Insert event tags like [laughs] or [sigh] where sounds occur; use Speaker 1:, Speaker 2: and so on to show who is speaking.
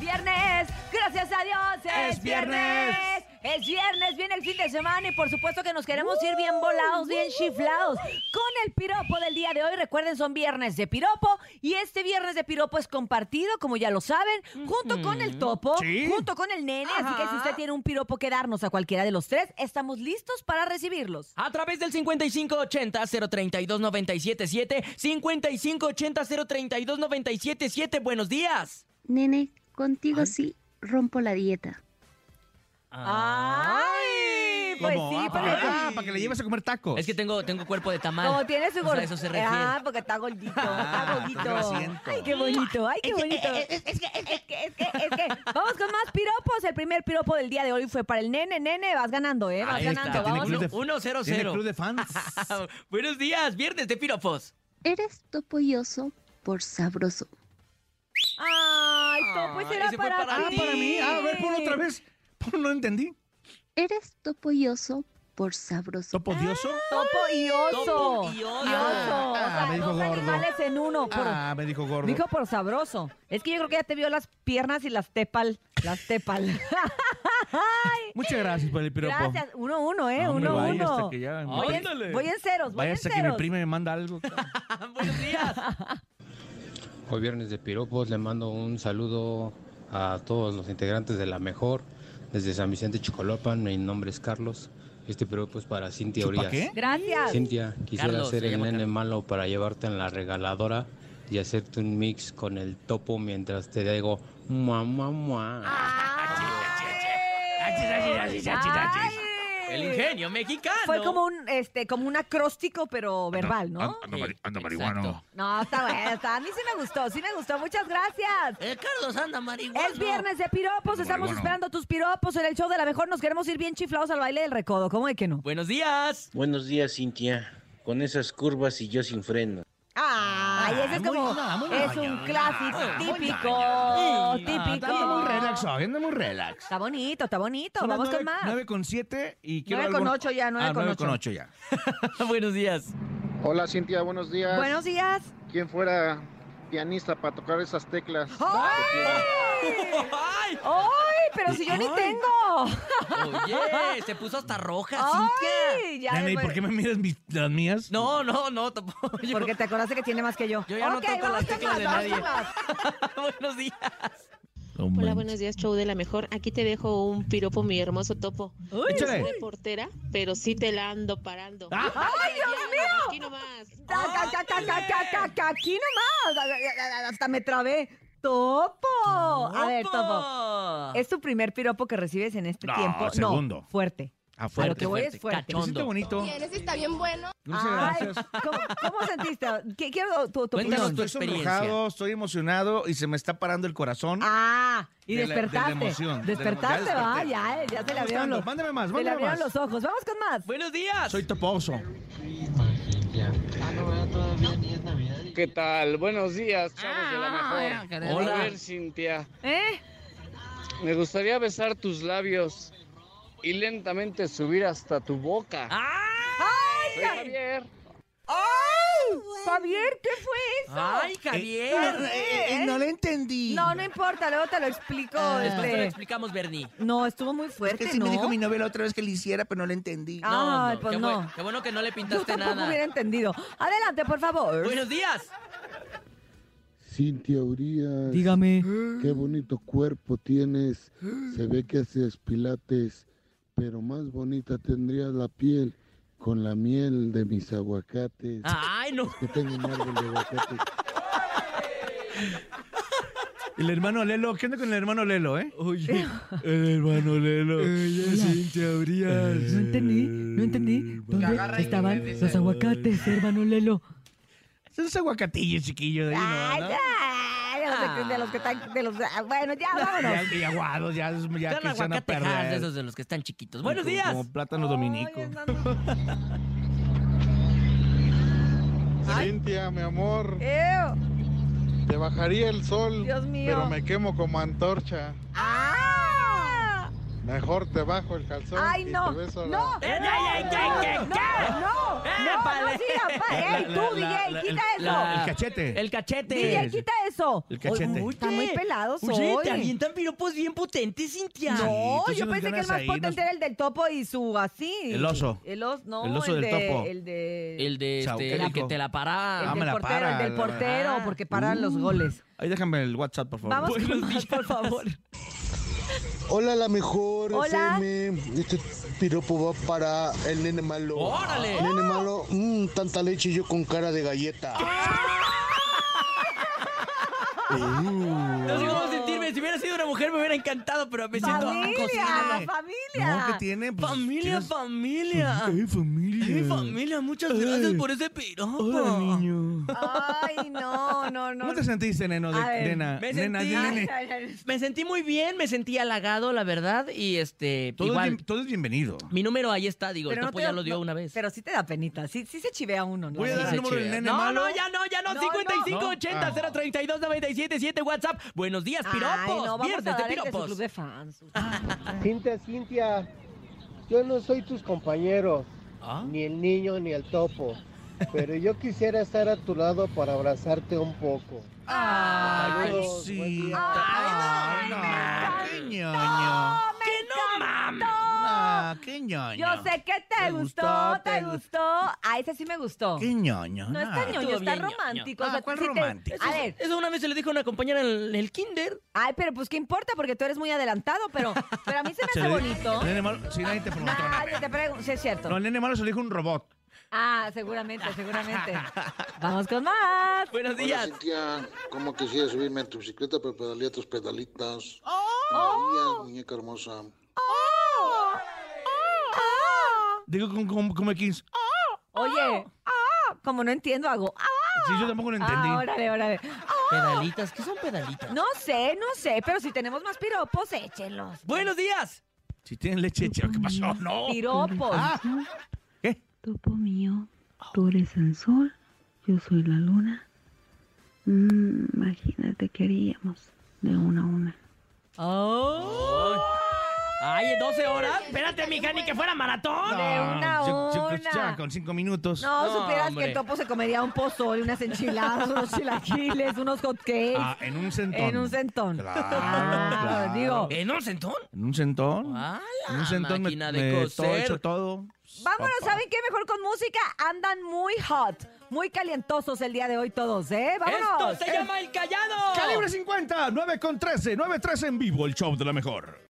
Speaker 1: Viernes, gracias a Dios.
Speaker 2: Es viernes.
Speaker 1: Es viernes, viene el fin de semana y por supuesto que nos queremos ir bien volados,
Speaker 2: Uh.
Speaker 1: bien chiflados. Con el piropo del día de hoy, recuerden, son viernes de piropo y este viernes de piropo es compartido, como ya lo saben, junto con el topo,
Speaker 2: Sí.
Speaker 1: junto con el nene. Así que si usted tiene un piropo que darnos a cualquiera de los tres, estamos listos para recibirlos.
Speaker 3: A través del 5580-032-977, 5580-032-977, buenos días.
Speaker 4: Nene, contigo sí rompo la dieta.
Speaker 3: Ah.
Speaker 1: ¡Ay! Pues
Speaker 2: ¿Cómo?
Speaker 1: sí,
Speaker 2: Ah,
Speaker 1: pero...
Speaker 2: para, ah, para que le lleves a comer tacos.
Speaker 3: Es que tengo, tengo cuerpo de tamal.
Speaker 1: Como tiene su
Speaker 3: O sea,
Speaker 1: gordito.
Speaker 3: a eso se refiere.
Speaker 1: Ah, porque está gordito. Está
Speaker 2: Ah, con
Speaker 1: gordito.
Speaker 2: grasiento.
Speaker 1: Ay, qué bonito. Ay, qué
Speaker 2: eh,
Speaker 1: bonito. Es que, es que, es que, Vamos con más piropos. El primer piropo del día de hoy fue para el nene. Nene, vas ganando, ¿eh? Vas
Speaker 3: Ahí está.
Speaker 1: ganando.
Speaker 3: Tiene
Speaker 1: Vamos.
Speaker 3: uno- uno, cero,
Speaker 2: tiene
Speaker 3: cero. Ah,
Speaker 2: club de
Speaker 3: [laughs]
Speaker 2: fans.
Speaker 1: [laughs]
Speaker 3: buenos días, viernes de [laughs] piropos.
Speaker 4: Eres topolloso por sabroso.
Speaker 1: Ay, Topo, ese
Speaker 3: Ah,
Speaker 1: era
Speaker 3: ese fue
Speaker 1: para,
Speaker 3: para
Speaker 2: ah,
Speaker 1: ti.
Speaker 2: para mí. Ah, a ver, ponlo otra vez. Ponlo, no entendí.
Speaker 4: Eres topolloso por sabroso.
Speaker 2: Topo dioso.
Speaker 1: Topo y oso.
Speaker 3: Topo y oso.
Speaker 1: o
Speaker 2: Ah,
Speaker 1: sea,
Speaker 2: me dijo
Speaker 1: dos
Speaker 2: gordo.
Speaker 1: animales en uno. Por,
Speaker 2: Ah, me dijo gordo.
Speaker 1: Dijo por sabroso. Es que yo creo que ya te vio las piernas y las tepal. Las tepal.
Speaker 2: Muchas gracias por el piropo.
Speaker 1: Gracias. Uno, uno, ¿eh?
Speaker 3: Ah,
Speaker 2: No, hombre,
Speaker 1: uno,
Speaker 2: vaya
Speaker 1: uno.
Speaker 2: hasta que ya-
Speaker 1: Voy,
Speaker 3: Ándale.
Speaker 1: en, voy en ceros, voy
Speaker 2: Vaya
Speaker 1: en
Speaker 2: hasta que mi
Speaker 1: ceros.
Speaker 2: prima me manda
Speaker 1: [laughs]
Speaker 2: algo.
Speaker 3: Ah, buenos días.
Speaker 5: Hoy viernes de piropos le mando un saludo a todos los integrantes de La Mejor desde San Vicente Chicolopan. Mi nombre es Carlos. Este piropo es para Cintia
Speaker 2: ¿Para
Speaker 5: Urias.
Speaker 2: qué?
Speaker 1: Gracias.
Speaker 5: Cintia, quisiera
Speaker 3: Carlos,
Speaker 5: ser
Speaker 3: se
Speaker 5: el
Speaker 3: llama
Speaker 5: nene
Speaker 3: Carlos.
Speaker 5: malo para llevarte en la regaladora y hacerte un mix con el topo mientras te digo mua mua mua.
Speaker 1: Ay.
Speaker 3: El ingenio mexicano.
Speaker 1: Fue como un, este, como un acróstico, pero verbal,
Speaker 2: Ah,
Speaker 1: ¿no?
Speaker 3: ando mari- ando marihuano.
Speaker 1: No, está bueno, está. A mí sí me gustó, sí me gustó. Muchas gracias.
Speaker 3: El Eh, Carlos anda marihuana.
Speaker 1: Es viernes de piropos, estamos esperando tus piropos en el show de la mejor. Nos queremos ir bien chiflados al baile del recodo. ¿Cómo de que no?
Speaker 3: Buenos días.
Speaker 6: Buenos días, Cintia. Con esas curvas y yo sin freno.
Speaker 1: Ay, ese es
Speaker 2: muy-
Speaker 1: como.
Speaker 2: no, muy
Speaker 1: es un
Speaker 2: mañana,
Speaker 1: clásico
Speaker 2: muy
Speaker 1: típico.
Speaker 2: mañana. Ah,
Speaker 1: Típico.
Speaker 2: Anda muy relax, hoy, anda muy relax.
Speaker 1: Está bonito, está bonito.
Speaker 2: Son las
Speaker 1: Vamos con
Speaker 2: nueve-
Speaker 1: más.
Speaker 2: nueve con siete y quiero
Speaker 1: Nueve con
Speaker 2: algo-
Speaker 1: ocho ya, nueve
Speaker 2: Ah,
Speaker 1: con
Speaker 2: nueve con
Speaker 1: ocho.
Speaker 2: ocho ya.
Speaker 3: [laughs] buenos días.
Speaker 7: Hola Cintia, buenos días.
Speaker 1: Buenos días.
Speaker 7: ¿Quién fuera pianista para tocar esas teclas?
Speaker 1: ¡Ay!
Speaker 3: [laughs] ¡Ay!
Speaker 1: ¡Ay! Pero si yo ni
Speaker 2: Ay.
Speaker 1: tengo.
Speaker 3: Oye, se puso hasta roja, Cintia.
Speaker 1: ¡Ay! Ya
Speaker 2: Nene, ¿y
Speaker 1: después-
Speaker 2: por qué me miras mis- las mías?
Speaker 3: No, no, no, tampoco. [laughs] yo.
Speaker 1: Porque te acordaste que tiene más que yo.
Speaker 3: Yo ya no
Speaker 1: Ok,
Speaker 3: toco
Speaker 1: vamos
Speaker 3: las
Speaker 1: con
Speaker 3: teclas
Speaker 1: más,
Speaker 3: de
Speaker 1: vamos
Speaker 3: nadie.
Speaker 1: con más.
Speaker 3: [laughs] buenos días.
Speaker 8: Hola, buenos días, show de la mejor. Aquí te dejo un piropo, mi hermoso topo.
Speaker 1: Uy,
Speaker 2: Échale. Ah,
Speaker 8: Soy portera, pero sí te la ando parando.
Speaker 1: ¡Ay, Dios mío!
Speaker 8: Aquí nomás.
Speaker 1: Ta, ta, ta, ta, ta, ta, ta, ta, Aquí nomás. Hasta me trabé. ¡Topo! A ver, Topo. ¿Es tu primer piropo que recibes en este
Speaker 2: No,
Speaker 1: tiempo?
Speaker 2: segundo.
Speaker 1: No, fuerte. A
Speaker 2: Ah,
Speaker 1: lo
Speaker 2: fuerte.
Speaker 1: que voy es fuerte.
Speaker 2: Me siento bonito.
Speaker 9: está bien bueno.
Speaker 2: Muchas
Speaker 1: Ay,
Speaker 2: gracias.
Speaker 1: ¿Cómo, cómo sentiste? ¿Qué, quiero tu, tu
Speaker 3: Cuéntanos
Speaker 1: opinión.
Speaker 3: tu
Speaker 2: estoy
Speaker 3: experiencia.
Speaker 2: sonrojado, estoy emocionado y se me está parando el corazón.
Speaker 1: Ah, y
Speaker 2: De la- de la
Speaker 1: despertaste.
Speaker 2: emoción, de la-
Speaker 1: despertaste,
Speaker 2: ya
Speaker 1: va,
Speaker 2: desperté.
Speaker 1: ya, ya te le
Speaker 2: Vamos
Speaker 1: abrieron
Speaker 2: dando,
Speaker 1: los,
Speaker 2: mándame más,
Speaker 1: te le
Speaker 2: mándame
Speaker 1: abrieron los
Speaker 2: más.
Speaker 1: ¿Eh? ojos. Vamos con más.
Speaker 3: Buenos días.
Speaker 2: Soy toposo.
Speaker 10: ¿Qué tal? Buenos días, chavos de la mejor.
Speaker 3: Hola.
Speaker 10: A ver, Cintia,
Speaker 1: ¿Eh?
Speaker 10: me gustaría besar tus labios y lentamente subir hasta tu boca.
Speaker 1: ¡Ay!
Speaker 10: Soy Javier.
Speaker 1: Javier, ¿qué fue eso? Este,
Speaker 3: Ay, Javier. eh,
Speaker 2: no le entendí.
Speaker 1: No, no importa, luego te lo explico.
Speaker 3: Ah, Después te lo
Speaker 1: este.
Speaker 3: explicamos, Bernie.
Speaker 1: No, estuvo muy fuerte, ¿no?
Speaker 2: novia la otra vez que le hiciera, pero no le entendí.
Speaker 3: No,
Speaker 1: Ay,
Speaker 3: no,
Speaker 1: pues
Speaker 3: qué
Speaker 1: no.
Speaker 3: bueno- qué bueno que no le
Speaker 1: Yo
Speaker 3: pintaste
Speaker 1: tampoco
Speaker 3: nada.
Speaker 1: hubiera entendido. Adelante, por favor.
Speaker 3: Buenos días.
Speaker 11: Cintia Urias. Qué bonito cuerpo tienes. Se ve que haces pilates, pero más bonita tendrías la piel con la miel de mis aguacates.
Speaker 3: Ay, no.
Speaker 11: Que tengo un árbol de aguacates.
Speaker 2: El hermano Lelo, ¿qué onda con el hermano Lelo, eh?
Speaker 1: [laughs]
Speaker 2: Oye, el hermano Lelo. Cintia Urias.
Speaker 12: No entendí, no
Speaker 2: eh,
Speaker 12: entendí. ¿Dónde estaban los aguacates, hermano Lelo?
Speaker 2: Son unos aguacatillos, chiquillo, de ahí,
Speaker 1: Ay,
Speaker 2: ¿no? ¿no?
Speaker 1: ay, de los que- de los que están. de los- ah, Bueno, ya vámonos.
Speaker 2: Ya, ya aguados, ya, ya
Speaker 3: Son
Speaker 2: que se van a
Speaker 3: aguacatejas de
Speaker 2: perder.
Speaker 3: esos de los que están chiquitos. Buenos
Speaker 2: Como-
Speaker 3: días.
Speaker 2: Como plátano dominico.
Speaker 1: Ay, no, no, no.
Speaker 7: Cintia, mi amor,
Speaker 1: Ew,
Speaker 7: te bajaría el sol,
Speaker 1: Dios mío.
Speaker 3: Ah.
Speaker 7: pero me quemo como antorcha.
Speaker 1: ¡Ah!
Speaker 9: Mejor te bajo el calzón.
Speaker 1: ¡Ay,
Speaker 9: y
Speaker 1: no!
Speaker 9: te beso
Speaker 1: ¡No!
Speaker 9: la-
Speaker 1: ¡No! ¡No! ¡No! ¡No! sí, apa- ¡Ey, tú, DJ, quita eso!
Speaker 2: el cachete.
Speaker 3: El cachete.
Speaker 1: DJ, quita eso.
Speaker 2: El cachete.
Speaker 1: Oye, Están muy pelados
Speaker 3: Oye,
Speaker 1: hoy.
Speaker 3: te avientan piropos bien potentes, Cintia.
Speaker 1: No, yo pensé que el más potente era el del topo y su así.
Speaker 2: El oso.
Speaker 1: El oso, no,
Speaker 2: El oso
Speaker 1: el
Speaker 2: del
Speaker 1: de-
Speaker 2: topo.
Speaker 1: El de...
Speaker 3: El de
Speaker 2: Chao,
Speaker 3: este,
Speaker 2: qué
Speaker 3: el
Speaker 2: rico.
Speaker 3: que te la para.
Speaker 2: Ah,
Speaker 1: el
Speaker 2: me
Speaker 1: del
Speaker 2: la
Speaker 1: portero,
Speaker 2: para,
Speaker 1: el del
Speaker 2: la-
Speaker 1: portero, porque paran los goles.
Speaker 2: Ahí déjame el WhatsApp, por favor.
Speaker 1: Vamos con más,
Speaker 9: [laughs]
Speaker 1: por favor.
Speaker 13: Hola, la mejor
Speaker 1: Hola.
Speaker 13: FM. Este piropo va para el nene malo.
Speaker 3: ¡Órale!
Speaker 1: Oh,
Speaker 13: Nene malo, mmm, tanta leche y yo con cara de galleta.
Speaker 3: No sé cómo sentirme. Si hubiera sido una mujer me hubiera encantado, pero me siento
Speaker 1: ¡Familia!
Speaker 3: acosada.
Speaker 1: ¡Familia!
Speaker 3: No, ¿qué
Speaker 2: tiene? Pues,
Speaker 3: familia, familia.
Speaker 2: Ay, familia.
Speaker 3: Ay, familia, muchas gracias por ese piropo.
Speaker 2: Hola, niño.
Speaker 1: Ay, no, no, no.
Speaker 2: ¿Cómo te sentiste, neno? De,
Speaker 3: A ver,
Speaker 2: nena,
Speaker 3: me
Speaker 2: nena,
Speaker 3: sentí-
Speaker 2: di nene.
Speaker 1: Ay, ay, ay.
Speaker 3: Me sentí muy bien, me sentí halagado, la verdad, y este,
Speaker 2: Todo, es
Speaker 3: igual,
Speaker 2: bien- todo es bienvenido.
Speaker 3: mi número ahí está, digo, el
Speaker 1: Pero no
Speaker 3: topo
Speaker 1: te
Speaker 3: ya
Speaker 1: da-
Speaker 3: lo dio
Speaker 1: no,
Speaker 3: una vez.
Speaker 1: Pero sí te da penita, sí, sí se chivea uno, ¿no?
Speaker 2: Voy a dar el
Speaker 3: Se
Speaker 2: número del
Speaker 3: chivea.
Speaker 2: nene
Speaker 3: no,
Speaker 2: malo. Ah.
Speaker 3: no, ya no, ya no,
Speaker 1: No,
Speaker 3: 5580
Speaker 2: no.
Speaker 3: 032 977 WhatsApp. Buenos días, piropos.
Speaker 1: Ay, no, vamos
Speaker 3: Viernes
Speaker 1: a
Speaker 3: de
Speaker 1: dar el de su
Speaker 3: piropos. Ah,
Speaker 1: club de fans.
Speaker 14: Cintia, Cintia, yo no soy tus compañeros,
Speaker 2: Ah.
Speaker 14: ni el niño ni el topo, pero yo quisiera estar a tu lado para abrazarte un poco.
Speaker 3: Ay,
Speaker 14: Saludos,
Speaker 2: sí.
Speaker 14: buen día.
Speaker 2: Ay, no, qué ñoño.
Speaker 1: ¡Que no mames!
Speaker 2: No, qué ñoño.
Speaker 1: Yo sé que te, gustó,
Speaker 2: gustó,
Speaker 1: te
Speaker 2: Mm. te
Speaker 1: gustó. A ese sí me gustó.
Speaker 2: Qué ñoño.
Speaker 1: No está
Speaker 2: no.
Speaker 1: ñoño,
Speaker 3: Estuvo
Speaker 1: está
Speaker 3: bien ñoño.
Speaker 1: romántico. o
Speaker 2: Ah,
Speaker 1: sea,
Speaker 2: ¿cuál
Speaker 1: sí te-
Speaker 2: romántico?
Speaker 1: A ver,
Speaker 3: Eso una vez se lo dijo una compañera en el- en el kinder.
Speaker 1: ay, pero pues qué importa porque tú eres muy adelantado, pero, pero a mí se me
Speaker 2: [laughs] Se
Speaker 1: hace
Speaker 2: le-
Speaker 1: bonito.
Speaker 2: el nene malo, si nadie te preguntó nada.
Speaker 1: Nadie te pregunta, sí es cierto.
Speaker 2: No, el nene malo se lo dijo un robot.
Speaker 1: Ah, seguramente,
Speaker 2: [laughs]
Speaker 1: seguramente. Vamos con más.
Speaker 3: Buenos
Speaker 9: Hola, Cintia, ¿cómo quisiera subirme en tu bicicleta para pedalear tus pedalitas?
Speaker 2: Oh,
Speaker 1: Oh,
Speaker 9: Buenos días, muñeca hermosa.
Speaker 1: oh.
Speaker 2: oh, Digo como, como, como X. oh.
Speaker 1: Oye, como no entiendo, hago.
Speaker 2: Sí, yo tampoco lo oh. entendí.
Speaker 1: Ah, órale, órale.
Speaker 3: Pedalitas, ¿qué son pedalitas?
Speaker 1: No sé, no sé, pero si tenemos más piropos, échenlos.
Speaker 3: Buenos días.
Speaker 2: Si tienen leche, che- ¿qué pasó? No.
Speaker 1: Piropos.
Speaker 2: Ah. ¿Qué?
Speaker 4: Topo mío, tú eres el sol, yo soy la luna. Mm, imagínate que haríamos de una a una.
Speaker 3: ¡Oh! Ay, en 12 horas. Espérate, mija, ni que fuera maratón.
Speaker 1: De una a
Speaker 2: Ah, yo- yo-
Speaker 1: una.
Speaker 2: ya, con cinco minutos.
Speaker 1: No,
Speaker 3: No,
Speaker 1: supieras
Speaker 3: hombre.
Speaker 1: que el topo se comería un pozole, unas enchiladas,
Speaker 2: [laughs]
Speaker 1: unos chilaquiles, unos hotcakes.
Speaker 3: [laughs]
Speaker 2: Ah, en un centón.
Speaker 1: En un centón.
Speaker 2: Claro,
Speaker 1: Ah,
Speaker 2: claro.
Speaker 1: digo.
Speaker 3: ¿En un centón?
Speaker 2: En un centón.
Speaker 3: Ah,
Speaker 2: en un
Speaker 3: la
Speaker 2: centón me,
Speaker 3: máquina de
Speaker 2: me todo
Speaker 3: coser.
Speaker 2: hecho todo.
Speaker 1: Vámonos,
Speaker 2: Papá.
Speaker 1: ¿saben qué? Mejor con música. Andan muy hot, muy calientosos el día de hoy todos, ¿eh? Vámonos.
Speaker 3: Esto se llama el callado.
Speaker 2: Calibre 50, 9 con 13, 9 13 en vivo, el show de la mejor.